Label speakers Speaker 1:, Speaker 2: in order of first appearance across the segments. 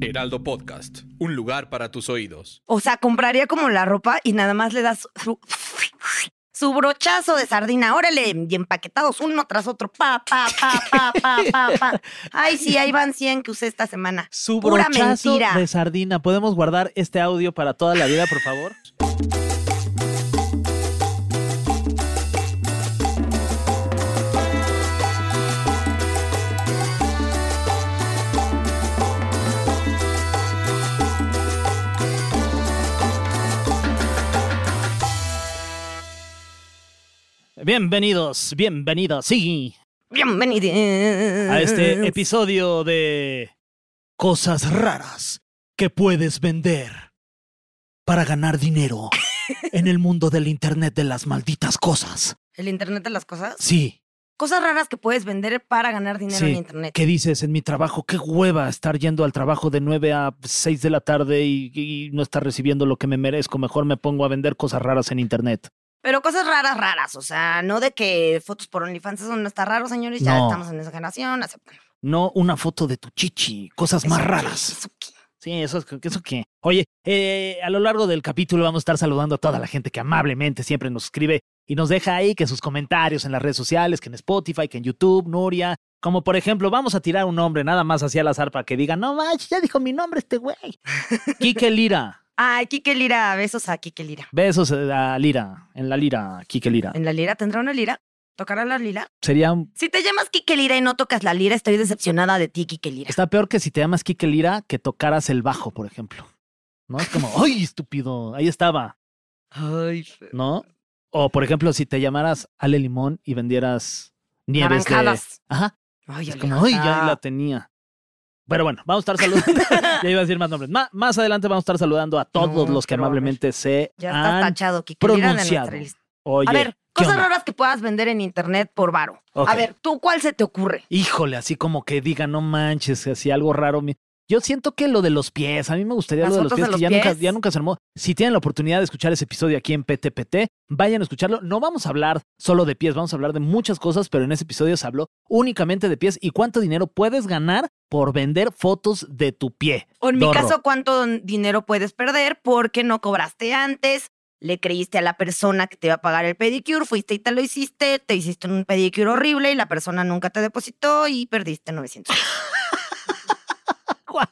Speaker 1: Heraldo Podcast, un lugar para tus oídos.
Speaker 2: O sea, compraría como la ropa y nada más le das su, su brochazo de sardina. Órale, y empaquetados uno tras otro. Pa, pa, pa, pa, pa, pa, pa. Ay, sí, ahí van 100 que usé esta semana.
Speaker 3: Su
Speaker 2: Pura
Speaker 3: brochazo
Speaker 2: mentira.
Speaker 3: de sardina. ¿Podemos guardar este audio para toda la vida, por favor? Bienvenidos, bienvenidos, sí,
Speaker 2: Bienvenido. Eh,
Speaker 3: a este episodio de Cosas raras que puedes vender para ganar dinero en el mundo del Internet de las malditas cosas.
Speaker 2: El Internet de las cosas.
Speaker 3: Sí,
Speaker 2: Cosas raras que puedes vender para ganar dinero
Speaker 3: Sí,
Speaker 2: en Internet.
Speaker 3: ¿Qué dices en mi trabajo? Qué hueva estar yendo al trabajo de 9 a 6 de la tarde y, y no estar recibiendo lo que me merezco. Mejor me pongo a vender cosas raras en internet.
Speaker 2: Pero cosas raras, raras. O sea, no de que fotos por OnlyFans, eso no está raro, señores. Ya
Speaker 3: No.
Speaker 2: estamos en esa generación. aceptan.
Speaker 3: No una foto de tu chichi, cosas más
Speaker 2: Eso-
Speaker 3: raras.
Speaker 2: eso qué.
Speaker 3: Sí, eso, es- eso qué. Oye, eh, a lo largo del capítulo vamos a estar saludando a toda la gente que amablemente siempre nos escribe y nos deja ahí que sus comentarios en las redes sociales, que en Spotify, que en YouTube, Nuria. Como por ejemplo, vamos a tirar un nombre nada más hacia la zarpa que diga, no manches, ya dijo mi nombre este güey. Quique Lira.
Speaker 2: Ay, Kike Lira, besos a Kike Lira.
Speaker 3: Besos eh, a Lira, en la Lira, Kike Lira.
Speaker 2: ¿En la lira? ¿Tendrá una lira? ¿Tocará la lira?
Speaker 3: Sería, un-
Speaker 2: Si te llamas Kike Lira y no tocas la lira, estoy decepcionada de ti, Kike Lira.
Speaker 3: está peor que si te llamas Kike Lira que tocaras el bajo, por ejemplo. ¿No? Es como, ¡ay, estúpido! Ahí estaba,
Speaker 2: Ay,
Speaker 3: ¿no? O, por ejemplo, si te llamaras Ale Limón y vendieras nieves de...
Speaker 2: naranjadas.
Speaker 3: Ajá,
Speaker 2: Ay,
Speaker 3: es como, ¡ay, ya la
Speaker 2: Alejandra.
Speaker 3: tenía! Pero bueno, vamos a estar saludando. ya iba a decir más nombres. Ma- más adelante vamos a estar saludando a todos
Speaker 2: No,
Speaker 3: los que
Speaker 2: pero a ver.
Speaker 3: amablemente se
Speaker 2: Ya está
Speaker 3: han...
Speaker 2: tachado, Kike Lira, de
Speaker 3: pronunciado.
Speaker 2: nuestra lista.
Speaker 3: Oye,
Speaker 2: A ver,
Speaker 3: ¿qué
Speaker 2: cosas
Speaker 3: onda?
Speaker 2: raras que puedas vender en internet por varo.
Speaker 3: Ok.
Speaker 2: A ver, ¿tú cuál se te ocurre?
Speaker 3: híjole, así como que diga, no manches, así algo raro. mi- Yo siento que lo de los pies, a mí me gustaría
Speaker 2: Las
Speaker 3: lo de los
Speaker 2: fotos de
Speaker 3: pies, que
Speaker 2: los
Speaker 3: ya, Nunca,
Speaker 2: pies.
Speaker 3: ya nunca se armó. Si tienen la oportunidad de escuchar ese episodio aquí en PTPT, vayan a escucharlo. No vamos a hablar solo de pies, vamos a hablar de muchas cosas, pero en ese episodio se habló únicamente de pies y cuánto dinero puedes ganar por vender fotos de tu pie.
Speaker 2: O en mi
Speaker 3: Dorro.
Speaker 2: caso, ¿cuánto dinero puedes perder porque no cobraste antes? Le creíste a la persona que te iba a pagar el pedicure, fuiste y te lo hiciste, te hiciste un pedicure horrible y la persona nunca te depositó y perdiste 900.
Speaker 3: Guau.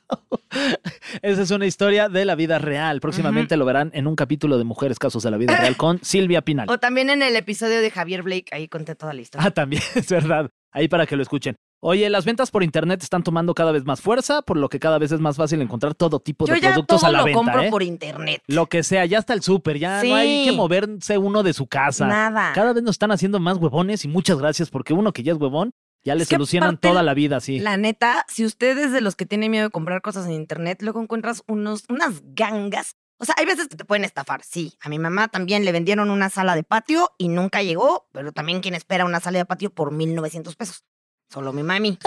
Speaker 3: Esa es una historia de la vida real. Próximamente lo verán en un capítulo de Mujeres Casos de la Vida Real con Silvia Pinal.
Speaker 2: O también en el episodio de Javier Blake, ahí conté toda la historia.
Speaker 3: Ah, también, es verdad. Ahí para que lo escuchen. Oye, las ventas por internet están tomando cada vez más fuerza, por lo que cada vez es más fácil encontrar todo tipo
Speaker 2: Yo
Speaker 3: de
Speaker 2: ya
Speaker 3: productos
Speaker 2: todo
Speaker 3: a la
Speaker 2: lo compro
Speaker 3: venta, ¿eh?
Speaker 2: por internet.
Speaker 3: Lo que sea, ya está el súper, ya
Speaker 2: Sí.
Speaker 3: no hay que moverse uno de su casa.
Speaker 2: Nada.
Speaker 3: Cada vez nos están haciendo más huevones y muchas gracias porque uno que ya es huevón, ya le
Speaker 2: Es que
Speaker 3: solucionan
Speaker 2: aparte
Speaker 3: toda
Speaker 2: el-
Speaker 3: la vida, sí.
Speaker 2: La neta, si usted es de los que tiene miedo de comprar cosas en internet, luego encuentras unos, unas gangas. O sea, hay veces que te pueden estafar, sí. A mi mamá también le vendieron una sala de patio y nunca llegó, pero también quien espera una sala de patio por 1.900 pesos. Solo mi mami.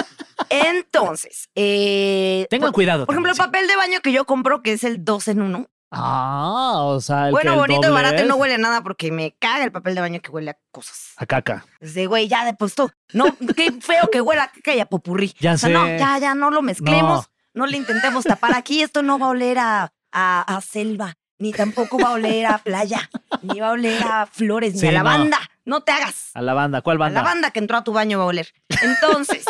Speaker 2: Entonces, eh,
Speaker 3: Tengan
Speaker 2: por,
Speaker 3: cuidado.
Speaker 2: por ejemplo, el
Speaker 3: también, sí.
Speaker 2: papel de baño que yo compro, que es el 2 en 1.
Speaker 3: Ah, o sea, el que
Speaker 2: Bueno,
Speaker 3: el
Speaker 2: bonito y
Speaker 3: doble
Speaker 2: barato y
Speaker 3: es
Speaker 2: no huele a nada porque me caga el papel de baño que huele a cosas.
Speaker 3: A caca.
Speaker 2: Es de, güey, ya depositó. No, qué feo que huela a caca y a popurrí.
Speaker 3: Ya
Speaker 2: o sea, no,
Speaker 3: sé.
Speaker 2: ya, ya, no lo mezclemos. No le intentemos tapar aquí, esto no va a oler a, a- a selva, ni tampoco va a oler a playa, ni va a oler a flores,
Speaker 3: Sí,
Speaker 2: ni a la
Speaker 3: no.
Speaker 2: banda. No te hagas.
Speaker 3: A la banda. ¿Cuál banda?
Speaker 2: A la banda que entró a tu baño va a oler. Entonces,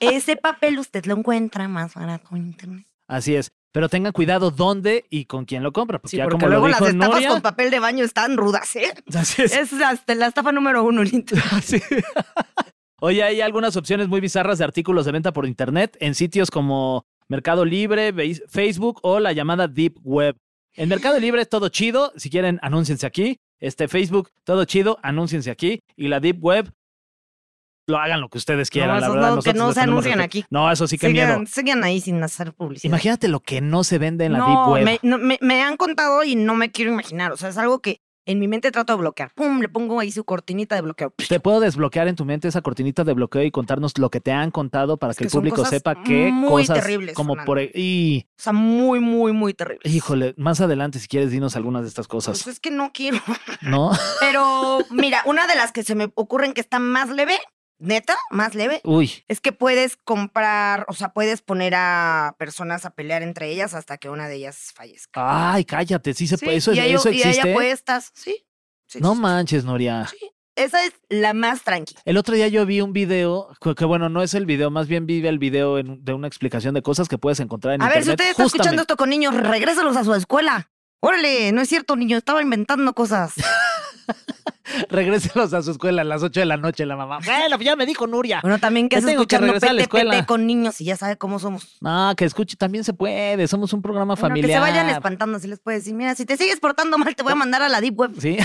Speaker 2: ese papel usted lo encuentra más barato en internet.
Speaker 3: Así es. Pero tengan cuidado dónde y con quién lo compra. Porque
Speaker 2: Sí,
Speaker 3: ya
Speaker 2: porque
Speaker 3: como
Speaker 2: luego
Speaker 3: lo
Speaker 2: las
Speaker 3: dijo
Speaker 2: estafas
Speaker 3: Nuria,
Speaker 2: con papel de baño están rudas, ¿eh?
Speaker 3: así es.
Speaker 2: Es la, la estafa número uno en internet.
Speaker 3: Sí. Oye, hay algunas opciones muy bizarras de artículos de venta por internet en sitios como Mercado Libre, Beis- Facebook o la llamada Deep Web. En Mercado Libre es todo chido, si quieren anúnciense aquí. Este Facebook, todo chido, anúnciense aquí. Y la Deep Web, lo hagan lo que ustedes quieran.
Speaker 2: No,
Speaker 3: la
Speaker 2: esos
Speaker 3: verdad,
Speaker 2: no, que
Speaker 3: nosotros
Speaker 2: no se
Speaker 3: les tenemos
Speaker 2: anuncien
Speaker 3: respeto.
Speaker 2: aquí.
Speaker 3: No, eso sí que miedo.
Speaker 2: sigan, sigan ahí sin hacer publicidad.
Speaker 3: Imagínate lo que no se vende en la Deep
Speaker 2: no,
Speaker 3: Web.
Speaker 2: Me, no, me- me han contado y no me quiero imaginar. O sea, es algo que en mi mente trato de bloquear. Pum, le pongo ahí su cortinita de bloqueo.
Speaker 3: Te puedo desbloquear en tu mente esa cortinita de bloqueo y contarnos lo que te han contado para que,
Speaker 2: que
Speaker 3: el
Speaker 2: son
Speaker 3: público
Speaker 2: cosas
Speaker 3: sepa qué
Speaker 2: muy
Speaker 3: cosas
Speaker 2: terribles,
Speaker 3: como
Speaker 2: Fernando.
Speaker 3: por e- y
Speaker 2: O sea, muy, muy, muy terrible.
Speaker 3: híjole, más adelante si quieres dinos algunas de estas
Speaker 2: Pues
Speaker 3: cosas,
Speaker 2: es que no quiero.
Speaker 3: ¿no?
Speaker 2: Pero mira, una de las que se me ocurren que está más leve, neta, más leve,
Speaker 3: Uy,
Speaker 2: es que puedes comprar, o sea, puedes poner a personas a pelear entre ellas hasta que una de ellas fallezca.
Speaker 3: ay, cállate, sí Ah, se
Speaker 2: Sí,
Speaker 3: puede, eso,
Speaker 2: y hay-
Speaker 3: eso
Speaker 2: y hay
Speaker 3: existe. ¿eh?
Speaker 2: apuestas, sí. sí,
Speaker 3: no
Speaker 2: sí, sí.
Speaker 3: manches, Noria.
Speaker 2: Esa es la más tranquila.
Speaker 3: El otro día yo vi un video, que, que bueno, no es el video, más bien vi el video en- de una explicación de cosas que puedes encontrar en
Speaker 2: A ver,
Speaker 3: internet.
Speaker 2: si usted está escuchando
Speaker 3: justamente.
Speaker 2: esto con niños, regrésalos a su escuela. Órale, no es cierto, niño, estaba inventando cosas.
Speaker 3: Regréselos a su escuela a las 8 de la noche, la mamá. Bueno, pues ya me dijo Nuria.
Speaker 2: Bueno, también que
Speaker 3: Ya
Speaker 2: es
Speaker 3: tengo que
Speaker 2: escuchando
Speaker 3: regresar a la
Speaker 2: PTPT
Speaker 3: escuela.
Speaker 2: con niños y ya sabe cómo somos.
Speaker 3: No, que escuche, también se puede, somos un programa
Speaker 2: Bueno,
Speaker 3: familiar.
Speaker 2: que se vayan espantando, si les puede decir, mira, si te sigues portando mal, te voy a mandar a la Deep Web.
Speaker 3: Sí,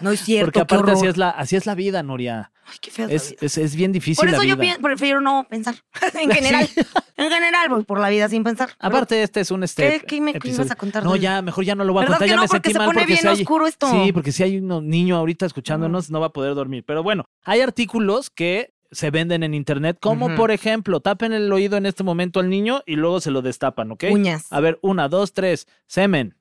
Speaker 2: No es cierto,
Speaker 3: porque
Speaker 2: qué
Speaker 3: aparte así
Speaker 2: horror.
Speaker 3: es la, así es la vida, Nuria.
Speaker 2: Ay, qué fea es la
Speaker 3: Es,
Speaker 2: vida.
Speaker 3: es, es bien difícil
Speaker 2: Por eso
Speaker 3: la
Speaker 2: yo
Speaker 3: vida.
Speaker 2: pi- prefiero no pensar. en general, en general voy por la vida sin pensar. Pero,
Speaker 3: Aparte, este es un este.
Speaker 2: ¿qué, qué me qué me
Speaker 3: episodio-
Speaker 2: ibas a contar?
Speaker 3: No,
Speaker 2: Dani?
Speaker 3: ya, mejor ya no lo voy a
Speaker 2: ¿Verdad
Speaker 3: contar.
Speaker 2: que
Speaker 3: ya
Speaker 2: no?
Speaker 3: me
Speaker 2: Porque
Speaker 3: sentí
Speaker 2: se
Speaker 3: mal
Speaker 2: pone
Speaker 3: porque
Speaker 2: bien
Speaker 3: si hay-
Speaker 2: oscuro esto.
Speaker 3: Sí, porque si hay un niño ahorita escuchándonos, no va a poder dormir. Pero bueno, hay artículos que se venden en internet, como
Speaker 2: Ujú.
Speaker 3: por ejemplo, tapen el oído en este momento al niño y luego se lo destapan, ¿ok?
Speaker 2: Uñas.
Speaker 3: A ver, una, dos, tres, semen.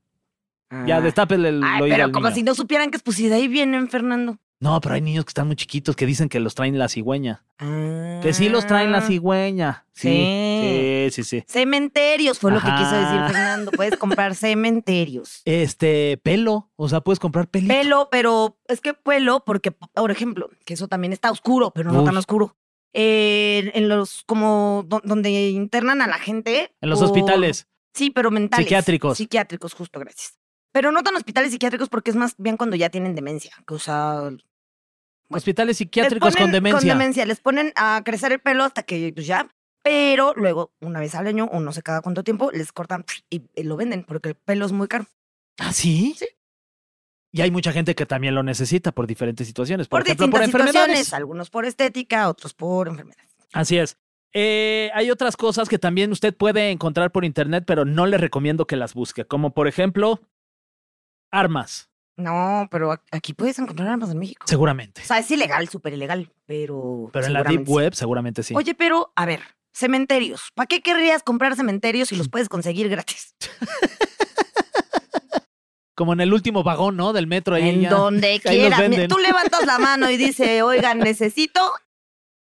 Speaker 3: Ya,
Speaker 2: Ah.
Speaker 3: destapen el
Speaker 2: Ay,
Speaker 3: oído
Speaker 2: pero
Speaker 3: al
Speaker 2: como
Speaker 3: niño.
Speaker 2: si no supieran que es pues, y de ahí vienen, Fernando.
Speaker 3: No, pero hay niños que están muy chiquitos que dicen que los traen la cigüeña. Que sí los traen la
Speaker 2: Ah.
Speaker 3: cigüeña. Sí. Sí, sí, sí.
Speaker 2: Cementerios fue lo que quiso
Speaker 3: Ajá.
Speaker 2: decir Fernando. Puedes comprar cementerios.
Speaker 3: Este, pelo. O sea, puedes comprar pelito.
Speaker 2: Pelo, pero es que pelo, porque, por ejemplo, que eso también está oscuro, pero no
Speaker 3: Uy.
Speaker 2: tan oscuro. Eh, en los, como, do- donde internan a la gente.
Speaker 3: En los
Speaker 2: por-
Speaker 3: hospitales.
Speaker 2: Sí, pero mentales.
Speaker 3: Psiquiátricos.
Speaker 2: Psiquiátricos, justo, gracias. Pero no tan hospitales psiquiátricos porque es más bien cuando ya tienen demencia. que, O sea, les
Speaker 3: Hospitales psiquiátricos
Speaker 2: Pues, ponen-
Speaker 3: con demencia.
Speaker 2: Con demencia, les ponen a crecer el pelo hasta que pues, ya. Pero luego, una vez al año o no sé cada cuánto tiempo, les cortan y y lo venden porque el pelo es muy caro.
Speaker 3: ¿Ah, sí?
Speaker 2: Sí.
Speaker 3: Y hay mucha gente que también lo necesita por diferentes situaciones. Por,
Speaker 2: Por,
Speaker 3: ejemplo, por
Speaker 2: distintas
Speaker 3: enfermedades.
Speaker 2: situaciones, algunos por estética, otros por enfermedades.
Speaker 3: Así es. Eh, hay otras cosas que también usted puede encontrar por internet, pero no le recomiendo que las busque. Como por ejemplo, armas,
Speaker 2: No, pero ac- aquí puedes encontrar armas en México.
Speaker 3: seguramente.
Speaker 2: O sea, es ilegal, súper ilegal, pero.
Speaker 3: Pero en la
Speaker 2: seguramente
Speaker 3: Deep
Speaker 2: sí.
Speaker 3: Web, seguramente sí.
Speaker 2: Oye, pero, a ver, cementerios. ¿Para qué querrías comprar cementerios si los puedes conseguir gratis?
Speaker 3: Como en el último vagón, ¿no? Del metro ahí.
Speaker 2: en
Speaker 3: ya.
Speaker 2: donde
Speaker 3: los
Speaker 2: quieras. Mira,
Speaker 3: venden.
Speaker 2: Tú levantas la mano y dices, oigan, necesito.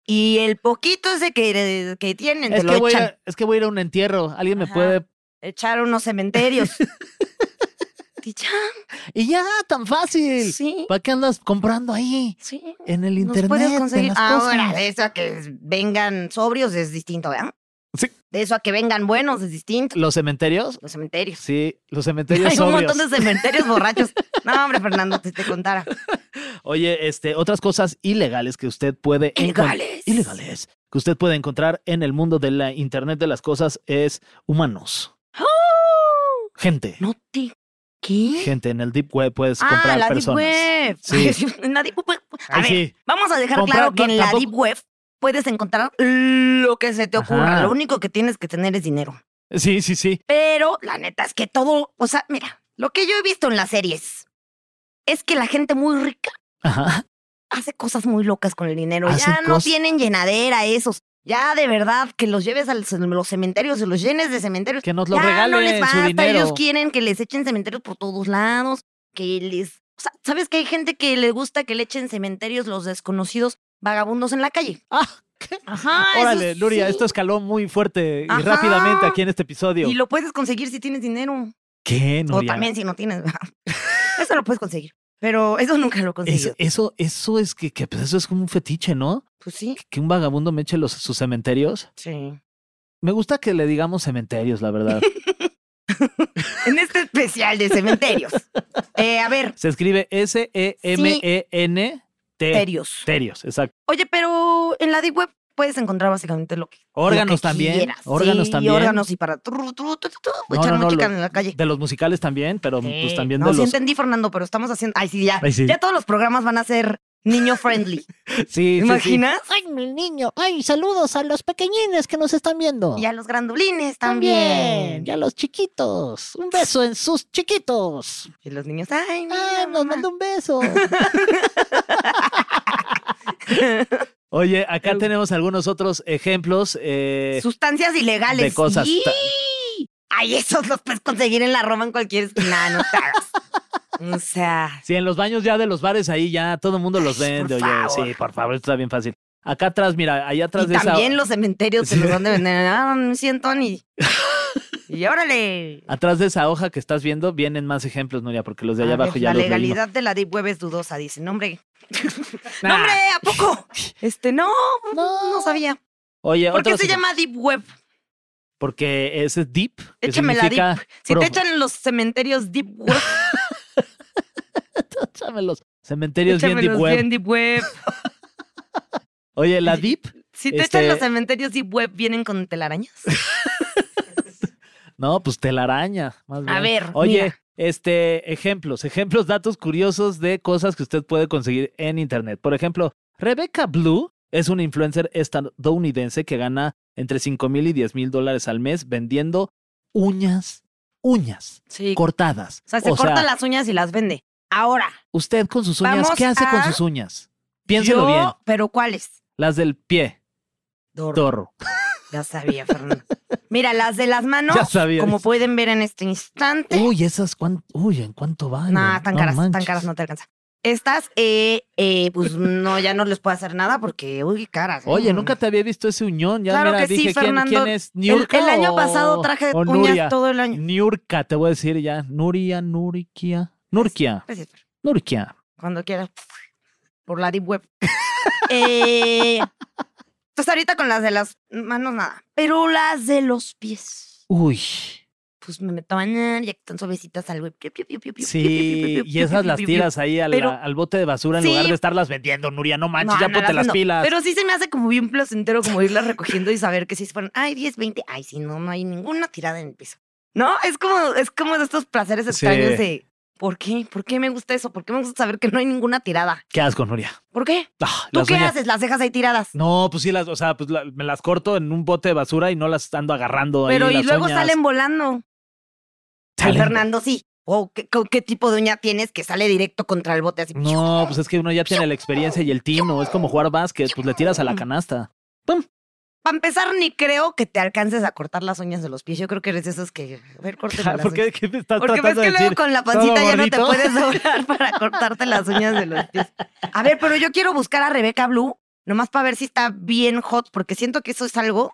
Speaker 2: Y el poquito ese que, que tienen,
Speaker 3: Es
Speaker 2: te lo
Speaker 3: que, voy
Speaker 2: echan.
Speaker 3: a, es que voy a ir a un entierro. Alguien me
Speaker 2: Ajá.
Speaker 3: puede.
Speaker 2: Echar unos cementerios. y ya,
Speaker 3: Y ya, tan fácil.
Speaker 2: sí,
Speaker 3: ¿Para qué andas comprando ahí?
Speaker 2: sí.
Speaker 3: En el
Speaker 2: Nos
Speaker 3: internet.
Speaker 2: puedes
Speaker 3: en
Speaker 2: conseguir
Speaker 3: las
Speaker 2: ahora
Speaker 3: cosas.
Speaker 2: de eso a que vengan sobrios es distinto, ¿verdad?
Speaker 3: Sí.
Speaker 2: De eso a que vengan buenos es distinto.
Speaker 3: ¿Los cementerios?
Speaker 2: Los cementerios.
Speaker 3: Sí, los cementerios
Speaker 2: Hay un
Speaker 3: sobrios.
Speaker 2: montón de cementerios borrachos. No, hombre, Fernando, te, te contara.
Speaker 3: Oye, este, otras cosas ilegales que usted puede encon-
Speaker 2: Ilegales.
Speaker 3: ilegales que usted puede encontrar en el mundo de la internet de las cosas es humanos, gente,
Speaker 2: No te. ¿Qué?
Speaker 3: gente en el deep web puedes
Speaker 2: Ah,
Speaker 3: comprar
Speaker 2: la
Speaker 3: personas.
Speaker 2: Deep Web.
Speaker 3: Sí.
Speaker 2: En la Deep Web. A
Speaker 3: Ahí
Speaker 2: ver,
Speaker 3: sí.
Speaker 2: vamos a dejar
Speaker 3: Comprar-
Speaker 2: claro que
Speaker 3: no,
Speaker 2: en la
Speaker 3: tampoco-
Speaker 2: Deep Web puedes encontrar lo que se te ocurra.
Speaker 3: Ajá.
Speaker 2: Lo único que tienes que tener es dinero.
Speaker 3: sí, sí, sí.
Speaker 2: Pero la neta es que todo, o sea, mira, lo que yo he visto en las series es que la gente muy rica
Speaker 3: Ajá.
Speaker 2: hace cosas muy locas con el dinero.
Speaker 3: Hacen
Speaker 2: Ya no
Speaker 3: cos-
Speaker 2: tienen llenadera esos. Ya de verdad que los lleves a los los cementerios y los llenes de cementerios.
Speaker 3: Que nos lo
Speaker 2: ya
Speaker 3: pues, regalen
Speaker 2: no les
Speaker 3: su
Speaker 2: basta.
Speaker 3: dinero.
Speaker 2: Ellos quieren que les echen cementerios por todos lados, que les... O sea, ¿sabes que hay gente que le gusta que le echen cementerios los desconocidos vagabundos en la calle?
Speaker 3: Ah,
Speaker 2: Ajá. eso
Speaker 3: Órale, Nuria,
Speaker 2: sí.
Speaker 3: esto escaló muy fuerte y
Speaker 2: Ajá.
Speaker 3: rápidamente aquí en este episodio.
Speaker 2: Y lo puedes conseguir si tienes dinero.
Speaker 3: ¿Qué,
Speaker 2: O
Speaker 3: Nuria?
Speaker 2: también si no tienes. eso lo puedes conseguir. Pero eso nunca lo he
Speaker 3: Eso,
Speaker 2: conseguido.
Speaker 3: eso, eso es que, que, pues, eso es como un fetiche, ¿no?
Speaker 2: Pues sí.
Speaker 3: Que- Que un vagabundo me eche los, sus cementerios.
Speaker 2: Sí.
Speaker 3: Me gusta que le digamos cementerios, la verdad.
Speaker 2: En este especial de cementerios. Eh, a ver,
Speaker 3: Se escribe E S-E-M-E-N-T.
Speaker 2: cementerios.
Speaker 3: Terios, exacto.
Speaker 2: Oye, pero en la Deep Web puedes encontrar básicamente lo que.
Speaker 3: Órganos
Speaker 2: lo que
Speaker 3: también.
Speaker 2: quieras.
Speaker 3: Órganos
Speaker 2: Sí,
Speaker 3: también.
Speaker 2: órganos y para. tru, tru, tru, tru,
Speaker 3: No,
Speaker 2: echar
Speaker 3: no, no,
Speaker 2: música
Speaker 3: lo-
Speaker 2: en la calle.
Speaker 3: De los musicales también, pero pues
Speaker 2: Sí.
Speaker 3: también
Speaker 2: no,
Speaker 3: de
Speaker 2: sí
Speaker 3: los.
Speaker 2: entendí, Fernando, pero estamos haciendo. Ay, sí, ya.
Speaker 3: Ay, sí.
Speaker 2: Ya todos los programas van a ser Niño friendly.
Speaker 3: Sí, sí, sí.
Speaker 2: ¿Imaginas?
Speaker 4: Ay, mi niño. Ay, saludos a los pequeñines que nos están viendo.
Speaker 2: Y a los grandulines también.
Speaker 4: Y a los chiquitos. Un beso en sus chiquitos.
Speaker 2: Y los niños, ay, mira,
Speaker 3: Ah,
Speaker 4: Ay, nos
Speaker 2: mamá".
Speaker 4: mandó un beso.
Speaker 3: Oye, acá
Speaker 2: Eu.
Speaker 3: tenemos algunos otros ejemplos. eh,
Speaker 2: Sustancias ilegales.
Speaker 3: de cosas
Speaker 2: ¡Sí!
Speaker 3: ta-
Speaker 2: Ay, esos los puedes conseguir en la Roma en cualquier esquina, no te hagas. O sea,
Speaker 3: sí, en los baños ya de los bares ahí ya todo el mundo los
Speaker 2: Ay,
Speaker 3: vende.
Speaker 2: por
Speaker 3: Oye,
Speaker 2: favor.
Speaker 3: sí, por favor, esto está bien fácil. Acá atrás, mira, allá atrás
Speaker 2: y
Speaker 3: de esa.
Speaker 2: también los cementerios se
Speaker 3: Sí.
Speaker 2: los van a vender. Ah, me siento Tony. Y órale.
Speaker 3: Atrás de esa hoja que estás viendo vienen más ejemplos, Nuria, porque los de allá
Speaker 2: A ver,
Speaker 3: abajo ya
Speaker 2: la
Speaker 3: los leímos.
Speaker 2: legalidad de la Deep Web es dudosa, dicen. Hombre,
Speaker 3: Nah.
Speaker 2: hombre, ¿a poco? Este, no,
Speaker 4: No.
Speaker 2: no sabía.
Speaker 3: Oye,
Speaker 2: ¿Por qué
Speaker 3: otros
Speaker 2: se
Speaker 3: ejem-
Speaker 2: llama Deep Web?
Speaker 3: Porque ese es deep. que
Speaker 2: Échame la
Speaker 3: significa
Speaker 2: deep. Si
Speaker 3: prof-
Speaker 2: te echan en los cementerios Deep Web,
Speaker 3: échame los cementerios bien deep
Speaker 2: échamelos
Speaker 3: web.
Speaker 2: bien Deep Web.
Speaker 3: Oye, la deep,
Speaker 2: Si te echan
Speaker 3: Este-
Speaker 2: en los cementerios Deep Web, ¿vienen con telarañas?
Speaker 3: no, pues telaraña, más bien.
Speaker 2: A ver,
Speaker 3: Oye,
Speaker 2: Ah, mira.
Speaker 3: este, ejemplos, ejemplos, datos curiosos de cosas que usted puede conseguir en internet. Por ejemplo, Rebecca Blue es una influencer estadounidense que gana entre 5 mil y 10 mil dólares al mes vendiendo uñas, uñas
Speaker 2: Sí.
Speaker 3: cortadas.
Speaker 2: o sea, se corta las uñas y las vende. Ahora,
Speaker 3: usted con sus uñas,
Speaker 2: Vamos
Speaker 3: ¿qué hace con
Speaker 2: a-
Speaker 3: sus uñas? Piénselo
Speaker 2: yo-
Speaker 3: bien.
Speaker 2: ¿Pero cuáles?
Speaker 3: Las del pie,
Speaker 2: Dor-
Speaker 3: torro.
Speaker 2: Ya sabía, Fernando. Mira, las de las manos,
Speaker 3: Ya sabía.
Speaker 2: como pueden ver en este instante.
Speaker 3: Uy, esas, cuán- uy, ¿en cuánto van?
Speaker 2: Nah, tan caras, tan caras no te alcanza. Estas, eh, eh, pues no, ya no les puedo hacer nada porque, uy, caras.
Speaker 3: Oye,
Speaker 2: mm.
Speaker 3: nunca te había visto ese uñón. Ya
Speaker 2: Claro
Speaker 3: mira,
Speaker 2: que sí,
Speaker 3: dije, ¿quién,
Speaker 2: Fernando.
Speaker 3: quién es?
Speaker 2: El,
Speaker 3: ¿Niurka
Speaker 2: el año
Speaker 3: o-
Speaker 2: pasado traje
Speaker 3: o Nuria?
Speaker 2: uñas todo el año.
Speaker 3: Niurka, te voy a decir ya. Nuria, Nurikia. Nurkia,
Speaker 2: Gracias, Fer.
Speaker 3: Nurkia.
Speaker 2: Pues Cuando quieras. Por la deep web. eh, pues ahorita con las de las manos nada. Pero las de los pies.
Speaker 3: Uy,
Speaker 2: Pues me meto a bañar, ya que están suavecitas al web.
Speaker 3: sí. Y esas las tiras ahí a la-
Speaker 2: Pero-
Speaker 3: al bote de basura en
Speaker 2: Sí.
Speaker 3: lugar de estarlas vendiendo, Nuria. No manches,
Speaker 2: No,
Speaker 3: ya
Speaker 2: no,
Speaker 3: ponte las
Speaker 2: no.
Speaker 3: pilas.
Speaker 2: Pero sí se me hace como bien placentero como irlas recogiendo y saber que si fueron, ay, 10, 20, ay, si no, no hay ninguna tirada en el piso. ¿No? Es como, es como de estos placeres
Speaker 3: Sí.
Speaker 2: extraños de, ¿por qué? ¿Por qué me gusta eso? ¿Por qué me gusta saber que no hay ninguna tirada?
Speaker 3: ¿Qué haces con Nuria?
Speaker 2: ¿Por qué?
Speaker 3: Ah,
Speaker 2: ¿Tú
Speaker 3: las
Speaker 2: qué
Speaker 3: uñas.
Speaker 2: haces? Las dejas ahí tiradas.
Speaker 3: No, pues sí, las, o sea, pues la- me las corto en un bote de basura y no las ando agarrando
Speaker 2: Pero
Speaker 3: ahí.
Speaker 2: y
Speaker 3: las
Speaker 2: luego
Speaker 3: uñas.
Speaker 2: salen volando. Ay,
Speaker 3: Salen-
Speaker 2: Fernando, sí. O ¿qué, qué- qué tipo de uña tienes que sale directo contra el bote así?
Speaker 3: No, pues es que uno ya tiene la experiencia y el tino. Es como jugar básquet, pues le tiras a
Speaker 2: Mm.
Speaker 3: la canasta.
Speaker 2: Para empezar, ni creo que te alcances a cortar las uñas de los pies. Yo creo que eres de esos que. A ver, córteme las
Speaker 3: ¿Por
Speaker 2: uñas.
Speaker 3: qué, qué me estás
Speaker 2: Porque ves
Speaker 3: tratando
Speaker 2: que
Speaker 3: de decir?
Speaker 2: luego con la pancita
Speaker 3: ¿Todo
Speaker 2: ya no te
Speaker 3: gordito?
Speaker 2: puedes doblar para cortarte las uñas de los pies. A ver, pero yo quiero buscar a Rebeca Blue, nomás para ver si está bien hot, porque siento que eso es algo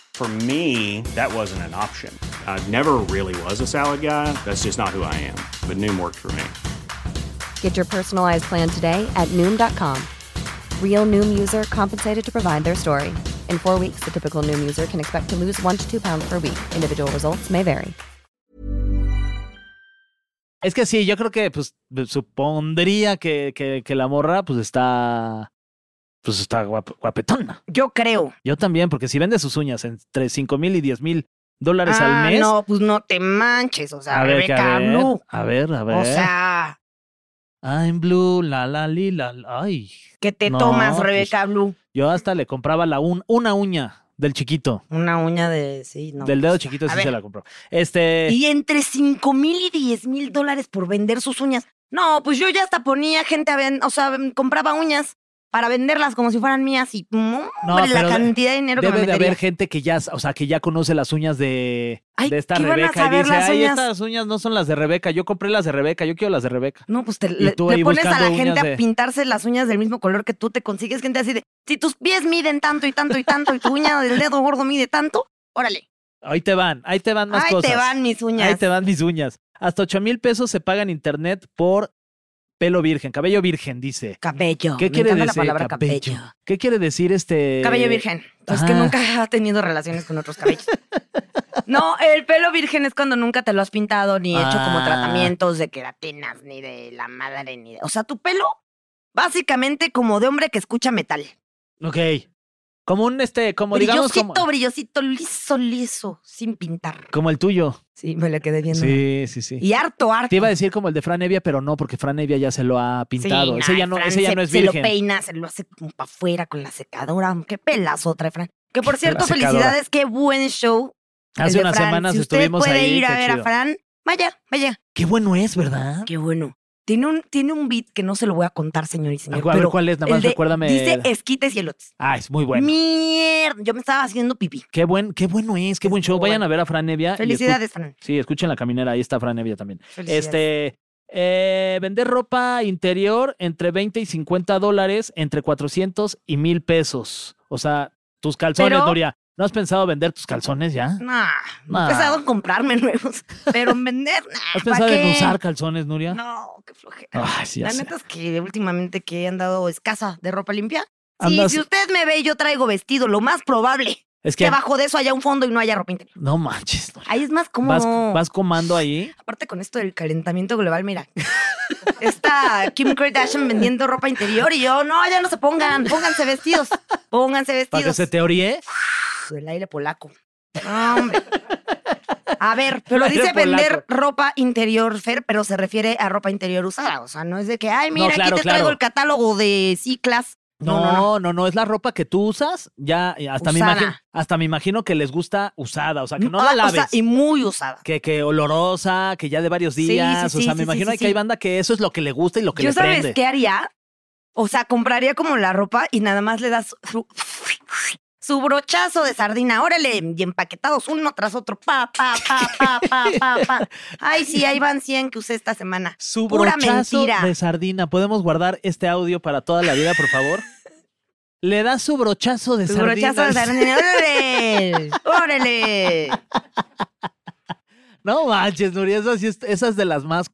Speaker 5: For me, that wasn't an option. I never really was a salad guy. That's just not who I am. But Noom worked for me.
Speaker 6: Get your personalized plan today at Noom.com. Real Noom user compensated to provide their story. In four weeks, the typical Noom user can expect to lose one to two pounds per week. Individual results may vary.
Speaker 3: Es que sí, yo creo que pues supondría que, que, que la morra pues está pues está guap- guapetona.
Speaker 2: Yo creo.
Speaker 3: Yo también, porque si vende sus uñas entre 5 mil y 10 mil dólares
Speaker 2: Ah,
Speaker 3: al mes.
Speaker 2: No, pues no te manches. O sea,
Speaker 3: a ver, que
Speaker 2: Rebeca
Speaker 3: a ver,
Speaker 2: Blue.
Speaker 3: a ver, a ver.
Speaker 2: O sea,
Speaker 3: I'm blue, la la li, la, la, ay.
Speaker 2: que te
Speaker 3: No,
Speaker 2: tomas,
Speaker 3: pues-
Speaker 2: Rebeca Blue.
Speaker 3: Yo hasta le compraba la un- una uña del chiquito,
Speaker 2: Una uña de. Sí, no.
Speaker 3: del dedo
Speaker 2: pues,
Speaker 3: chiquito
Speaker 2: a
Speaker 3: sí
Speaker 2: ver,
Speaker 3: se la compró. Este
Speaker 2: Y entre 5 mil y 10 mil dólares por vender sus uñas. No, pues yo ya hasta ponía gente a ven- o sea, mm, compraba uñas. para venderlas como si fueran mías y mm,
Speaker 3: No,
Speaker 2: hombre, la
Speaker 3: pero de-
Speaker 2: cantidad de dinero que
Speaker 3: Debe
Speaker 2: me
Speaker 3: de
Speaker 2: metería.
Speaker 3: haber gente que ya, o sea, que ya conoce las uñas de,
Speaker 2: Ay,
Speaker 3: de esta
Speaker 2: ¿qué van a
Speaker 3: Rebeca y
Speaker 2: saber
Speaker 3: dice,
Speaker 2: las
Speaker 3: ay,
Speaker 2: uñas?"
Speaker 3: estas uñas no son las de Rebeca, yo compré las de Rebeca, yo quiero las de Rebeca.
Speaker 2: No, pues te,
Speaker 3: Y
Speaker 2: le,
Speaker 3: tú
Speaker 2: le
Speaker 3: ahí
Speaker 2: pones a la
Speaker 3: buscando
Speaker 2: gente
Speaker 3: uñas
Speaker 2: a
Speaker 3: de-
Speaker 2: pintarse las uñas del mismo color que tú te consigues. Gente así de, si tus pies miden tanto y tanto y tanto y tu uña del dedo gordo mide tanto, órale,
Speaker 3: Ahí te van, ahí te van más
Speaker 2: ahí
Speaker 3: cosas.
Speaker 2: te van mis uñas.
Speaker 3: Ahí te van mis uñas. Hasta 8 mil pesos se paga en internet por pelo virgen, cabello virgen, dice.
Speaker 2: Cabello.
Speaker 3: ¿Qué
Speaker 2: me
Speaker 3: quiere
Speaker 2: encanta
Speaker 3: decir
Speaker 2: la palabra
Speaker 3: cabello?
Speaker 2: cabello?
Speaker 3: ¿Qué quiere decir este?
Speaker 2: Cabello virgen. Pues que
Speaker 3: ah.
Speaker 2: nunca ha tenido relaciones con otros cabellos. No, el pelo virgen es cuando nunca te lo has pintado ni hecho como
Speaker 3: Ah.
Speaker 2: tratamientos de queratinas, ni de la madre, ni de. O sea, tu pelo, básicamente como de hombre que escucha metal.
Speaker 3: Ok. Como un este, como digamos
Speaker 2: brillosito,
Speaker 3: como,
Speaker 2: brillosito, liso, liso, sin pintar.
Speaker 3: como el tuyo.
Speaker 2: Sí, me le quedé viendo.
Speaker 3: Sí, sí, sí.
Speaker 2: Y harto, harto.
Speaker 3: Te iba a decir como el de Fran Evia, pero no, porque Fran Evia ya se lo ha
Speaker 2: Sí,
Speaker 3: pintado. ese
Speaker 2: nah,
Speaker 3: ya no,
Speaker 2: Fran
Speaker 3: ese ya
Speaker 2: se-
Speaker 3: no es
Speaker 2: Se lo
Speaker 3: virgen.
Speaker 2: peina, se lo hace como para afuera con la secadora. Qué pelazo trae Fran. Que por cierto,
Speaker 3: secadora.
Speaker 2: felicidades, qué buen show. el
Speaker 3: Hace
Speaker 2: de
Speaker 3: unas
Speaker 2: Fran.
Speaker 3: semanas
Speaker 2: si usted
Speaker 3: estuvimos
Speaker 2: puede
Speaker 3: ahí.
Speaker 2: ir a
Speaker 3: qué,
Speaker 2: ver
Speaker 3: chido.
Speaker 2: a Fran, vaya, vaya.
Speaker 3: Qué bueno es, ¿verdad?
Speaker 2: Qué bueno. Tiene un, tiene un beat que no se lo voy a contar, señor y
Speaker 3: A
Speaker 2: señor.
Speaker 3: ver, a ver
Speaker 2: pero
Speaker 3: cuál es, nada
Speaker 2: el
Speaker 3: más
Speaker 2: de-
Speaker 3: recuérdame.
Speaker 2: Dice
Speaker 3: el-
Speaker 2: esquites y elotes.
Speaker 3: Ah, es muy bueno.
Speaker 2: Mierda. Yo me estaba haciendo pipí.
Speaker 3: Qué, buen, qué bueno es, qué buen show.
Speaker 2: muy
Speaker 3: Vayan a ver a Fran Evia. y escu-
Speaker 2: Felicidades, Fran.
Speaker 3: Sí, escuchen la caminera, ahí está Fran Evia también.
Speaker 2: Felicidades.
Speaker 3: Este, eh, vender ropa interior entre 20 y 50 dólares, entre 400 y 1000 pesos. O sea, tus calzones,
Speaker 2: Pero-
Speaker 3: Doria. ¿No has pensado vender tus calzones ya?
Speaker 2: Nah,
Speaker 3: Nah.
Speaker 2: he pensado en comprarme nuevos, pero en vender, nah,
Speaker 3: ¿Has
Speaker 2: ¿pa'
Speaker 3: pensado en
Speaker 2: qué?
Speaker 3: usar calzones, Nuria?
Speaker 2: No, qué flojera.
Speaker 3: Ay, sí, ya
Speaker 2: La
Speaker 3: sé.
Speaker 2: neta es que últimamente que he andado escasa de ropa limpia. Sí,
Speaker 3: Andas-
Speaker 2: si usted me ve y yo traigo vestido, lo más probable
Speaker 3: Es
Speaker 2: que
Speaker 3: que
Speaker 2: abajo de eso haya un fondo y no haya ropa interior.
Speaker 3: no manches. Nuria.
Speaker 2: Ahí es más cómodo.
Speaker 3: Vas, vas comando ahí.
Speaker 2: Aparte con esto del calentamiento global, mira. Está Kim Kardashian vendiendo ropa interior y yo, no, ya no se pongan, pónganse vestidos, pónganse
Speaker 3: Para que
Speaker 2: vestidos. Pues,
Speaker 3: se te oríe.
Speaker 2: El aire polaco. No, hombre. A ver, pero
Speaker 3: aire
Speaker 2: dice vender
Speaker 3: polaco.
Speaker 2: ropa interior, Fer, pero se refiere a ropa interior usada. O sea, no es de que, ay, mira,
Speaker 3: claro,
Speaker 2: aquí te
Speaker 3: claro.
Speaker 2: traigo el catálogo de ciclas.
Speaker 3: No, no, no, no, es la ropa que tú usas, ya eh, hasta me,
Speaker 2: Usada.
Speaker 3: imagino, hasta me imagino que les gusta usada, o sea, que no
Speaker 2: Ah,
Speaker 3: la laves.
Speaker 2: O sea, y muy usada.
Speaker 3: que, que olorosa, que ya de varios
Speaker 2: Sí, sí,
Speaker 3: días, o
Speaker 2: sí,
Speaker 3: sea,
Speaker 2: sí, sí,
Speaker 3: me imagino
Speaker 2: sí,
Speaker 3: que hay
Speaker 2: sí.
Speaker 3: banda que eso es lo que le gusta y lo que
Speaker 2: ¿Yo
Speaker 3: le
Speaker 2: sabes
Speaker 3: prende.
Speaker 2: qué haría? O sea, compraría como la ropa y nada más le das su, su brochazo de sardina. Órale, y empaquetados uno tras otro. Pa, pa, pa, pa, pa, pa, pa. Ay, sí, ahí van 100 que usé esta semana.
Speaker 3: Su
Speaker 2: Pura
Speaker 3: brochazo
Speaker 2: mentira.
Speaker 3: de sardina. ¿Podemos guardar este audio para toda la vida, por favor? Le das su brochazo de
Speaker 2: Su
Speaker 3: sardina.
Speaker 2: brochazo de sardina. Órale, órale.
Speaker 3: No manches, Nuria, esas, sí es- esas de las más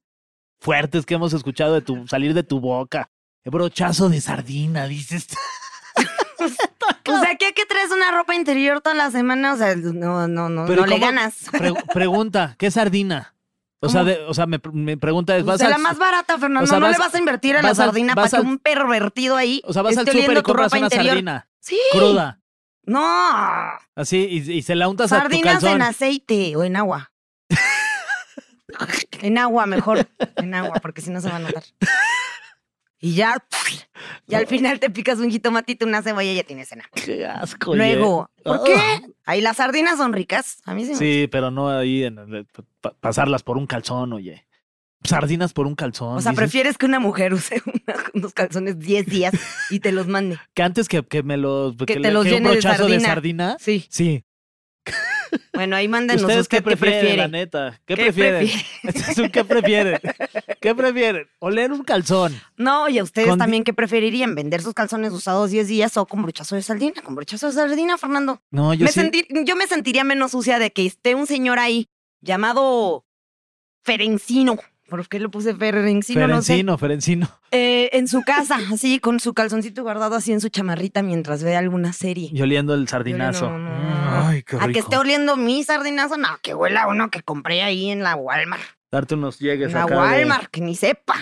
Speaker 3: fuertes que hemos escuchado de tu salir de tu boca. Brochazo de sardina, dices.
Speaker 2: O sea, ¿qué que traes una ropa interior toda la semana? O sea, no, no, no,
Speaker 3: Pero
Speaker 2: no le
Speaker 3: ¿cómo?
Speaker 2: ganas.
Speaker 3: Pre- pregunta, ¿qué sardina? O sea,
Speaker 2: ¿Cómo?
Speaker 3: de- o sea, me, me pregunta es,
Speaker 2: O
Speaker 3: ¿vas
Speaker 2: sea,
Speaker 3: al-
Speaker 2: la más barata, Fernando.
Speaker 3: o sea,
Speaker 2: no le
Speaker 3: vas-
Speaker 2: vas a invertir a la
Speaker 3: vas al-
Speaker 2: sardina
Speaker 3: vas
Speaker 2: para que
Speaker 3: al-
Speaker 2: un pervertido ahí.
Speaker 3: o sea, vas al
Speaker 2: esté
Speaker 3: súper
Speaker 2: oliendo
Speaker 3: y
Speaker 2: tu
Speaker 3: compras
Speaker 2: ropa
Speaker 3: una
Speaker 2: interior?
Speaker 3: sardina
Speaker 2: Sí.
Speaker 3: cruda,
Speaker 2: No.
Speaker 3: así, y, y se la untas a
Speaker 2: Sardinas
Speaker 3: tu calzón.
Speaker 2: en aceite o en agua. en agua, mejor. En agua, porque si no se va a notar. Y ya, y al final te picas un jitomatito, una cebolla y ya tienes cena.
Speaker 3: Qué asco. oye.
Speaker 2: Luego, ¿por
Speaker 3: Ah.
Speaker 2: qué? Ahí las sardinas son ricas. A mí sí, me-
Speaker 3: Sí, pero no ahí en, en- pa- pasarlas por un calzón, oye. Sardinas por un calzón.
Speaker 2: O sea,
Speaker 3: dices.
Speaker 2: prefieres que una mujer use una- unos calzones 10 días y te los mande.
Speaker 3: que antes que, que me los que,
Speaker 2: te
Speaker 3: le-
Speaker 2: los
Speaker 3: que un
Speaker 2: llene de
Speaker 3: brochazo de
Speaker 2: sardina.
Speaker 3: sardina.
Speaker 2: Sí.
Speaker 3: Sí.
Speaker 2: Bueno, ahí mándenos
Speaker 3: ¿Ustedes
Speaker 2: usted
Speaker 3: qué prefieren, la
Speaker 2: prefiere.
Speaker 3: neta? ¿Qué,
Speaker 2: ¿Qué
Speaker 3: prefieren?
Speaker 2: prefiere?
Speaker 3: Este es un ¿Qué prefieren? ¿Qué prefieren? ¿Oler un calzón?
Speaker 2: No, y a ustedes
Speaker 3: Con-
Speaker 2: también, ¿qué preferirían? ¿Vender sus calzones usados 10 días o con brochazo de sardina? Con brochazo de sardina, Fernando.
Speaker 3: No, yo
Speaker 2: me
Speaker 3: sí.
Speaker 2: sentir- yo me sentiría menos sucia de que esté un señor ahí llamado Ferencino. ¿Por qué le puse Ferencino? No sé.
Speaker 3: Ferencino, Ferencino.
Speaker 2: Eh, en su casa, así, con su calzoncito guardado así en su chamarrita mientras ve alguna serie.
Speaker 3: Y oliendo el
Speaker 2: Yo, no,
Speaker 3: sardinazo.
Speaker 2: no, no,
Speaker 3: Mm,
Speaker 2: no.
Speaker 3: Ay, qué rico.
Speaker 2: A que esté oliendo mi sardinazo, no, que huela uno que compré ahí en la Walmart.
Speaker 3: Darte unos
Speaker 2: En
Speaker 3: llegues
Speaker 2: la
Speaker 3: acá. de-
Speaker 2: Walmart, que ni sepa.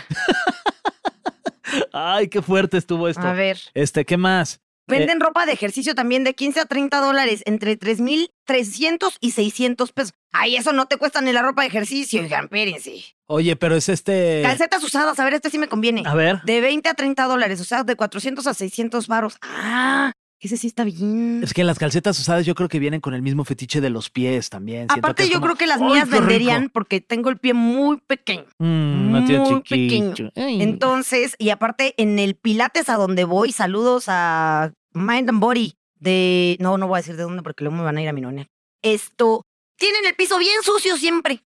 Speaker 3: Ay, qué fuerte estuvo esto.
Speaker 2: A ver.
Speaker 3: Este, ¿qué más?
Speaker 2: Venden ropa de ejercicio también de 15 a 30 dólares, entre 3,300 y 600 pesos. Ay, eso no te cuesta ni la ropa de ejercicio, oigan, espérense.
Speaker 3: Oye, pero es este.
Speaker 2: Calcetas usadas, a ver, este sí me conviene.
Speaker 3: A ver.
Speaker 2: De 20 a 30 dólares, o sea, de 400 a 600 varos. Ah, Ese sí está bien.
Speaker 3: Es que las calcetas usadas yo creo que vienen con el mismo fetiche de los pies también. Siento
Speaker 2: Aparte,
Speaker 3: que es
Speaker 2: yo
Speaker 3: como,
Speaker 2: creo que las
Speaker 3: "Ay,
Speaker 2: mías
Speaker 3: qué rico".
Speaker 2: venderían porque tengo el pie muy pequeño.
Speaker 3: Mm, no tiene
Speaker 2: muy
Speaker 3: chiquillo.
Speaker 2: pequeño.
Speaker 3: Ay.
Speaker 2: Entonces, y aparte, en el Pilates a donde voy, saludos a Mind and Body de. No, no voy a decir de dónde porque luego me van a ir a mi nona. Esto. Tienen el piso bien sucio siempre.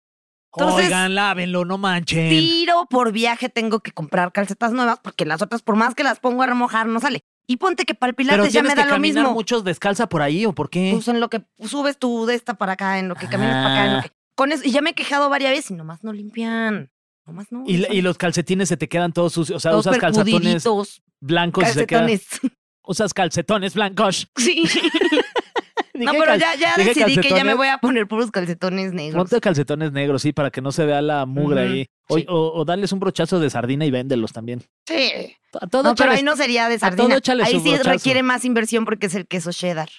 Speaker 2: Entonces-
Speaker 3: Oigan, lávenlo, no manchen.
Speaker 2: Tiro por viaje tengo que comprar calcetas nuevas porque las otras, por más que las pongo a remojar, no sale. Y ponte que para el
Speaker 3: Pero
Speaker 2: Pilates ya
Speaker 3: tienes
Speaker 2: me
Speaker 3: que
Speaker 2: da lo
Speaker 3: caminar ¿eh?
Speaker 2: mismo.
Speaker 3: muchos descalza por ahí o por qué?
Speaker 2: Pues en lo que subes tú de esta para acá, en lo que caminas para acá, en lo
Speaker 3: Ah.
Speaker 2: que- Con eso, y ya me he quejado varias veces y nomás no limpian. Nomás no.
Speaker 3: y, la- y
Speaker 2: limpian.
Speaker 3: los calcetines se te quedan todos sucios. O sea,
Speaker 2: Todos
Speaker 3: usas calcetones
Speaker 2: percudiditos,
Speaker 3: blancos y se quedan.
Speaker 2: calcetones.
Speaker 3: Usas calcetones blancos.
Speaker 2: Sí. no,
Speaker 3: Dije
Speaker 2: pero
Speaker 3: cal-
Speaker 2: ya, ya
Speaker 3: dije
Speaker 2: decidí que ya me
Speaker 3: calcetones.
Speaker 2: voy a poner puros calcetones negros.
Speaker 3: Ponte calcetones negros, sí, para que no se vea la mugre
Speaker 2: Ujú,
Speaker 3: ahí. O,
Speaker 2: sí.
Speaker 3: o- o darles un brochazo de sardina y véndelos también.
Speaker 2: Sí.
Speaker 3: A todo
Speaker 2: No, pero
Speaker 3: échales-
Speaker 2: ahí no sería de
Speaker 3: todo
Speaker 2: sardina.
Speaker 3: échale
Speaker 2: Ahí
Speaker 3: su
Speaker 2: sí
Speaker 3: brochazo.
Speaker 2: requiere más inversión porque es el queso cheddar.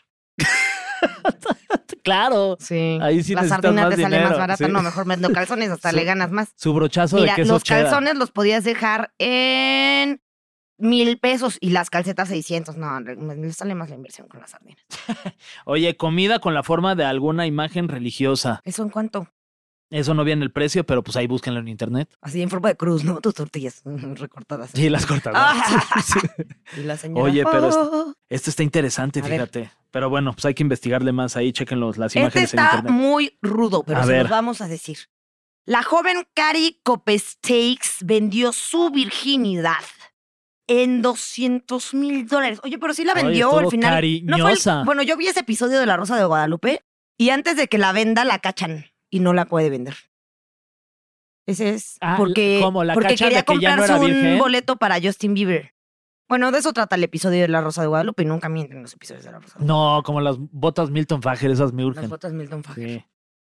Speaker 3: Claro.
Speaker 2: Sí.
Speaker 3: Ahí sí
Speaker 2: La
Speaker 3: necesitas
Speaker 2: sardina
Speaker 3: más
Speaker 2: te sale más
Speaker 3: dinero,
Speaker 2: barata.
Speaker 3: sí.
Speaker 2: No, mejor vendo calzones, hasta
Speaker 3: Sí.
Speaker 2: le ganas más.
Speaker 3: Su brochazo
Speaker 2: Mira,
Speaker 3: de queso
Speaker 2: los
Speaker 3: cheddar.
Speaker 2: calzones los podías dejar en mil pesos y las calcetas 600. No, le- me me sale más la inversión con las sardinas.
Speaker 3: Oye, comida con la forma de alguna imagen religiosa.
Speaker 2: ¿Eso en cuánto?
Speaker 3: Eso no viene el precio, pero pues ahí búsquenlo en internet.
Speaker 2: Así en forma de cruz, ¿no? Tus tortillas recortadas.
Speaker 3: Sí, las cortas. ¿no?
Speaker 2: Ah.
Speaker 3: Sí.
Speaker 2: Y la señora.
Speaker 3: Oye, pero es-
Speaker 2: "Oh".
Speaker 3: Esto está interesante,
Speaker 2: A ver.
Speaker 3: fíjate. Pero bueno, pues hay que investigarle más ahí. Chequen los- las
Speaker 2: Este
Speaker 3: imágenes en
Speaker 2: está
Speaker 3: internet.
Speaker 2: muy rudo, pero
Speaker 3: A
Speaker 2: se
Speaker 3: ver.
Speaker 2: los vamos a decir. La joven Cari Copesteaks vendió su virginidad en 200 mil dólares. Oye, pero sí la
Speaker 3: Ay,
Speaker 2: vendió
Speaker 3: estuvo
Speaker 2: al final. No fue el-
Speaker 3: cariñosa.
Speaker 2: bueno, yo vi ese episodio de La Rosa de Guadalupe y antes de que la venda la cachan y no la puede vender. Ese es
Speaker 3: Ah,
Speaker 2: porque,
Speaker 3: ¿cómo? ¿La
Speaker 2: porque
Speaker 3: cachan de
Speaker 2: quería
Speaker 3: que ya no
Speaker 2: comprarse
Speaker 3: era virgen?
Speaker 2: un boleto para Justin Bieber. Bueno, de eso trata el episodio de La Rosa de Guadalupe y nunca mienten los episodios de La Rosa de Guadalupe.
Speaker 3: No, como las botas Milton Fager, esas me
Speaker 2: Las
Speaker 3: urgen.
Speaker 2: botas Milton Fager.
Speaker 3: Sí.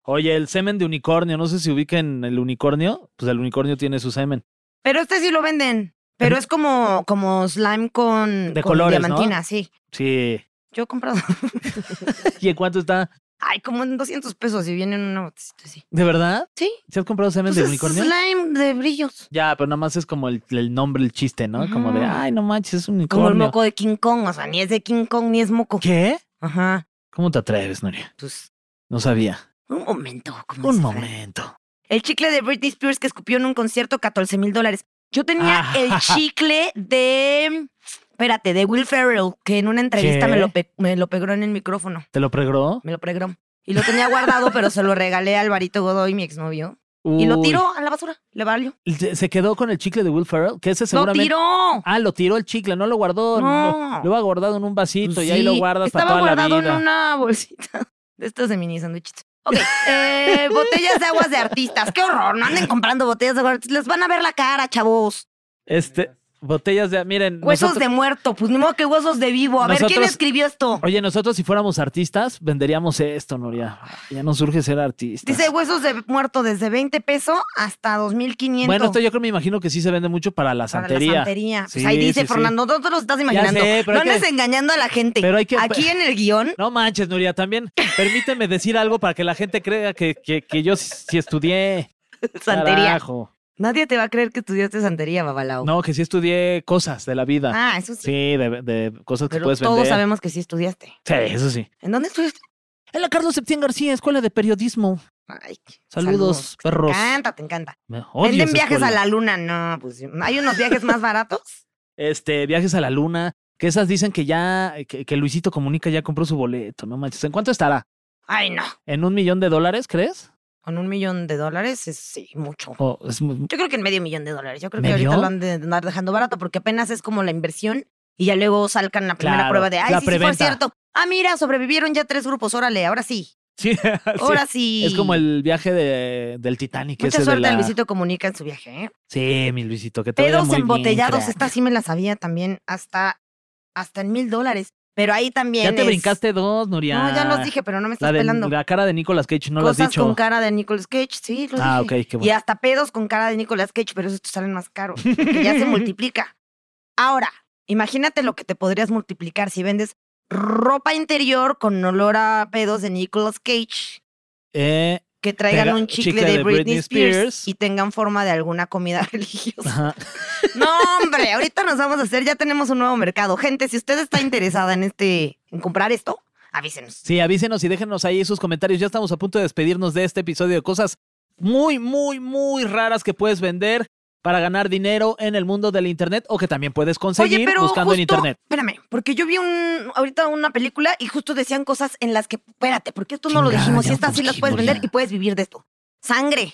Speaker 3: Oye, el semen de unicornio, no sé si ubiquen el unicornio, pues el unicornio tiene su semen.
Speaker 2: Pero este sí lo venden. Pero es como, como slime con,
Speaker 3: De
Speaker 2: con
Speaker 3: colores, ¿no?
Speaker 2: diamantina, sí.
Speaker 3: Sí.
Speaker 2: Yo he comprado.
Speaker 3: ¿Y en cuánto está?
Speaker 2: Ay, como en 200 pesos y viene en una botecita así.
Speaker 3: ¿De verdad?
Speaker 2: Sí.
Speaker 3: ¿Se has comprado semen
Speaker 2: Pues
Speaker 3: de
Speaker 2: es
Speaker 3: unicornio?
Speaker 2: slime de brillos.
Speaker 3: Ya, pero nada más es como el, el nombre, el chiste, ¿no? Como de,
Speaker 2: Ajá.
Speaker 3: ay, no manches, es un
Speaker 2: Como el
Speaker 3: unicornio.
Speaker 2: moco de King Kong. O sea, ni es de King Kong ni es moco.
Speaker 3: ¿Qué?
Speaker 2: Ajá.
Speaker 3: ¿Cómo te atreves, Nuria?
Speaker 2: Pues
Speaker 3: No sabía.
Speaker 2: un momento. como
Speaker 3: Un
Speaker 2: dice Fran.
Speaker 3: momento.
Speaker 2: El chicle de Britney Spears que escupió en un concierto 14 mil dólares. Yo tenía
Speaker 3: Ah.
Speaker 2: el chicle de. Espérate, de Will Ferrell, que en una entrevista me
Speaker 3: ¿Qué?
Speaker 2: lo, pe- me lo pegó en el micrófono.
Speaker 3: ¿Te lo pregró?
Speaker 2: Me lo pregró. Y lo tenía guardado, pero se lo regalé a Alvarito Godoy, mi exnovio. Y lo
Speaker 3: Uy.
Speaker 2: tiró a la basura. Le valió.
Speaker 3: ¿Se se quedó con el chicle de Will Ferrell? Que ese
Speaker 2: ¡Lo
Speaker 3: seguramente...
Speaker 2: tiró!
Speaker 3: Ah, lo tiró el chicle, no lo guardó.
Speaker 2: No.
Speaker 3: Lo, lo ha guardado en un vasito y ahí lo
Speaker 2: Sí,
Speaker 3: guardas para
Speaker 2: Estaba
Speaker 3: toda la
Speaker 2: guardado
Speaker 3: vida.
Speaker 2: en una bolsita de estas de mini sándwiches. Ok, eh, botellas de aguas de artistas. ¡Qué horror! No anden comprando botellas de aguas de artistas. Les van a ver la cara, chavos.
Speaker 3: Este, botellas de... Miren,
Speaker 2: Huesos
Speaker 3: nosotros-
Speaker 2: de muerto. Pues ni modo que huesos de vivo. A ver, ¿quién
Speaker 3: Nosotros-
Speaker 2: escribió esto?
Speaker 3: Oye, nosotros si fuéramos artistas, venderíamos esto, Nuria. Ya nos surge ser artistas.
Speaker 2: Ah. Dice huesos de muerto desde 20 pesos hasta 2.500.
Speaker 3: bueno, esto yo creo, me imagino que sí se vende mucho para la
Speaker 2: Para
Speaker 3: santería.
Speaker 2: la santería. Pues
Speaker 3: Sí,
Speaker 2: ahí dice
Speaker 3: sí, sí.
Speaker 2: Fernando, no te lo estás imaginando.
Speaker 3: sé, pero
Speaker 2: no
Speaker 3: hay que-
Speaker 2: andes engañando a la gente.
Speaker 3: Pero hay que-
Speaker 2: Aquí en el guión,
Speaker 3: No manches, Nuria, también permíteme decir algo para que la gente crea que, que, que yo sí sí estudié.
Speaker 2: santería.
Speaker 3: Carajo.
Speaker 2: Nadie te va a creer que estudiaste santería, babalao.
Speaker 3: No, que sí estudié cosas de la vida.
Speaker 2: Ah, eso sí.
Speaker 3: Sí, de, de cosas que
Speaker 2: Pero
Speaker 3: puedes
Speaker 2: todos
Speaker 3: vender.
Speaker 2: sabemos que sí estudiaste.
Speaker 3: Sí, eso sí.
Speaker 2: ¿En dónde estudiaste?
Speaker 3: En la Carlos Septién García, Escuela de Periodismo.
Speaker 2: Ay, qué-
Speaker 3: Saludos, perros.
Speaker 2: Te encanta, te encanta.
Speaker 3: Me odio
Speaker 2: Venden
Speaker 3: esa
Speaker 2: viajes
Speaker 3: escuela.
Speaker 2: a la luna. No, pues hay unos viajes más baratos.
Speaker 3: Este, viajes a la luna. Que esas dicen que ya, que, que Luisito Comunica ya compró su boleto, no manches. ¿En cuánto estará?
Speaker 2: Ay, no.
Speaker 3: ¿En un millón de dólares, crees?
Speaker 2: Con un millón de dólares es sí, mucho.
Speaker 3: O es mu-
Speaker 2: Yo creo que en medio millón de dólares. Yo creo que
Speaker 3: ¿Medio?
Speaker 2: ahorita lo han de andar dejando barato porque apenas es como la inversión y ya luego salcan la primera
Speaker 3: Claro,
Speaker 2: prueba de, ay,
Speaker 3: la
Speaker 2: sí, sí, fue
Speaker 3: preventa.
Speaker 2: cierto. Ah, mira, sobrevivieron ya tres grupos. Órale, ahora sí.
Speaker 3: sí,
Speaker 2: Ahora sí.
Speaker 3: Es como el viaje de- del Titanic.
Speaker 2: Mucha
Speaker 3: ese
Speaker 2: suerte
Speaker 3: de la...
Speaker 2: a Luisito Comunica en su viaje. ¿eh?
Speaker 3: Sí, mi Luisito, que te vaya
Speaker 2: Pedos
Speaker 3: muy
Speaker 2: embotellados,
Speaker 3: bien,
Speaker 2: esta
Speaker 3: crack.
Speaker 2: sí me la sabía también, hasta, hasta en mil dólares. Pero ahí también.
Speaker 3: Ya te
Speaker 2: es-
Speaker 3: brincaste dos, Nuria.
Speaker 2: No, ya los dije, pero no me estás
Speaker 3: La, de,
Speaker 2: pelando.
Speaker 3: la cara de Nicolas Cage no
Speaker 2: Cosas
Speaker 3: lo has dicho.
Speaker 2: con cara de Nicolas Cage, sí, lo
Speaker 3: ah, ok,
Speaker 2: dije.
Speaker 3: qué
Speaker 2: Y
Speaker 3: bueno.
Speaker 2: hasta pedos con cara de Nicolas Cage, pero esos te salen más caros. porque ya se multiplica. Ahora, imagínate lo que te podrías multiplicar si vendes ropa interior con olor a pedos de Nicolas Cage.
Speaker 3: Eh,
Speaker 2: que traigan
Speaker 3: Pega-
Speaker 2: un chicle,
Speaker 3: chicle
Speaker 2: de,
Speaker 3: de
Speaker 2: Britney,
Speaker 3: Britney
Speaker 2: Spears,
Speaker 3: Spears.
Speaker 2: y tengan forma de alguna comida religiosa.
Speaker 3: Ajá.
Speaker 2: No, hombre, ahorita nos vamos a hacer, ya tenemos un nuevo mercado. Gente, si usted está interesada en este, en comprar esto, avísenos.
Speaker 3: Sí, avísenos y déjenos ahí sus comentarios. Ya estamos a punto de despedirnos de este episodio de cosas muy, muy, muy raras que puedes vender para ganar dinero en el mundo del internet o que también puedes conseguir
Speaker 2: Oye, pero
Speaker 3: buscando en
Speaker 2: justo-
Speaker 3: internet.
Speaker 2: Espérame, porque yo vi un ahorita una película y justo decían cosas en las que, espérate, porque esto no lo
Speaker 3: Chingada,
Speaker 2: dijimos,
Speaker 3: ya,
Speaker 2: y estas
Speaker 3: ¿por
Speaker 2: sí las
Speaker 3: qué,
Speaker 2: puedes vender
Speaker 3: Juliana?
Speaker 2: y puedes vivir de esto. Sangre.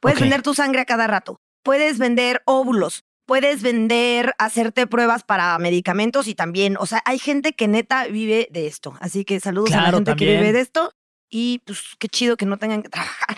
Speaker 2: Puedes
Speaker 3: Ok.
Speaker 2: vender tu sangre a cada rato. Puedes vender óvulos. Puedes vender, hacerte pruebas para medicamentos y también, o sea, hay gente que neta vive de esto. Así que saludos a la
Speaker 3: Claro,
Speaker 2: gente que
Speaker 3: también.
Speaker 2: vive de esto. Y pues qué chido que no tengan que trabajar.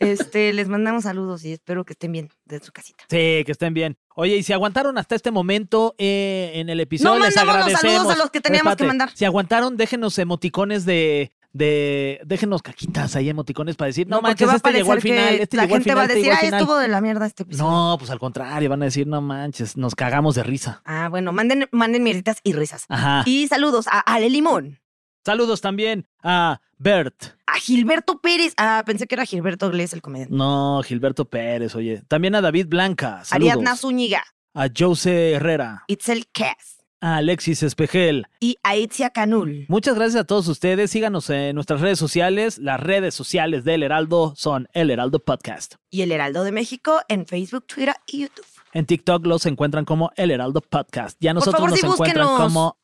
Speaker 2: Este, les mandamos saludos y espero que estén bien de su casita.
Speaker 3: Sí, que estén bien. Oye, y si aguantaron hasta este momento eh, en el episodio, les
Speaker 2: mandamos los
Speaker 3: agradecemos.
Speaker 2: saludos a los que teníamos que
Speaker 3: Espérate,
Speaker 2: mandar.
Speaker 3: Si aguantaron, déjenos emoticones de... De, déjenos caquitas ahí emoticones para decir, no,
Speaker 2: porque
Speaker 3: manches,
Speaker 2: va a
Speaker 3: este llegó al
Speaker 2: parecer que
Speaker 3: final, este
Speaker 2: la
Speaker 3: llegó al
Speaker 2: gente
Speaker 3: final,
Speaker 2: va a
Speaker 3: este
Speaker 2: decir,
Speaker 3: llegó al
Speaker 2: ay,
Speaker 3: final".
Speaker 2: estuvo de la mierda este episodio.
Speaker 3: No, pues al contrario, van a decir, no manches, nos cagamos de risa.
Speaker 2: Ah, bueno, manden, manden mierditas y risas.
Speaker 3: Ajá.
Speaker 2: Y saludos a Ale Limón,
Speaker 3: Saludos también a Bert.
Speaker 2: a Gilberto Pérez. Ah, pensé que era Gilberto Glés el comediante.
Speaker 3: No, Gilberto Pérez, oye. También a David Blanca. Saludos.
Speaker 2: Ariadna Zúñiga,
Speaker 3: A Jose Herrera.
Speaker 2: Itzel Cass
Speaker 3: A Alexis Espejel.
Speaker 2: y a Itzia Canul.
Speaker 3: Muchas gracias a todos ustedes. Síganos en nuestras redes sociales. Las redes sociales del Heraldo son El Heraldo Podcast.
Speaker 2: Y el Heraldo de México en Facebook, Twitter y YouTube.
Speaker 3: En TikTok los encuentran como El Heraldo Podcast. Y a nosotros
Speaker 2: favor,
Speaker 3: nos
Speaker 2: sí,
Speaker 3: encuentran
Speaker 2: búsquenos.
Speaker 3: como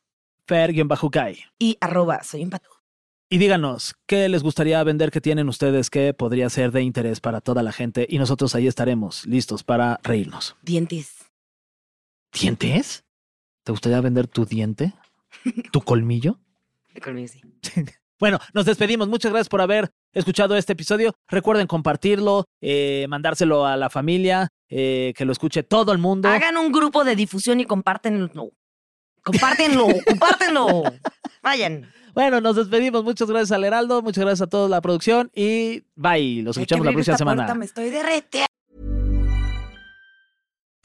Speaker 3: Fer-Kai.
Speaker 2: Y arroba, soy un pato.
Speaker 3: Y díganos, ¿qué les gustaría vender que tienen ustedes que podría ser de interés para toda la gente? Y nosotros ahí estaremos, listos para reírnos.
Speaker 2: Dientes.
Speaker 3: ¿Dientes? ¿Te gustaría vender tu diente? ¿Tu colmillo?
Speaker 2: Conmigo sí.
Speaker 3: Bueno, nos despedimos. Muchas gracias por haber escuchado este episodio. Recuerden compartirlo, eh, mandárselo a la familia, eh, que lo escuche todo el mundo.
Speaker 2: Hagan un grupo de difusión y compártenlo. Compártenlo, compártenlo. Vayan.
Speaker 3: Bueno, nos despedimos. Muchas gracias al Heraldo, muchas gracias a toda la producción y bye. Los
Speaker 2: Hay que
Speaker 3: escuchamos la
Speaker 2: abrir
Speaker 3: próxima
Speaker 2: esta puerta,
Speaker 3: semana.
Speaker 2: Me estoy derretiendo.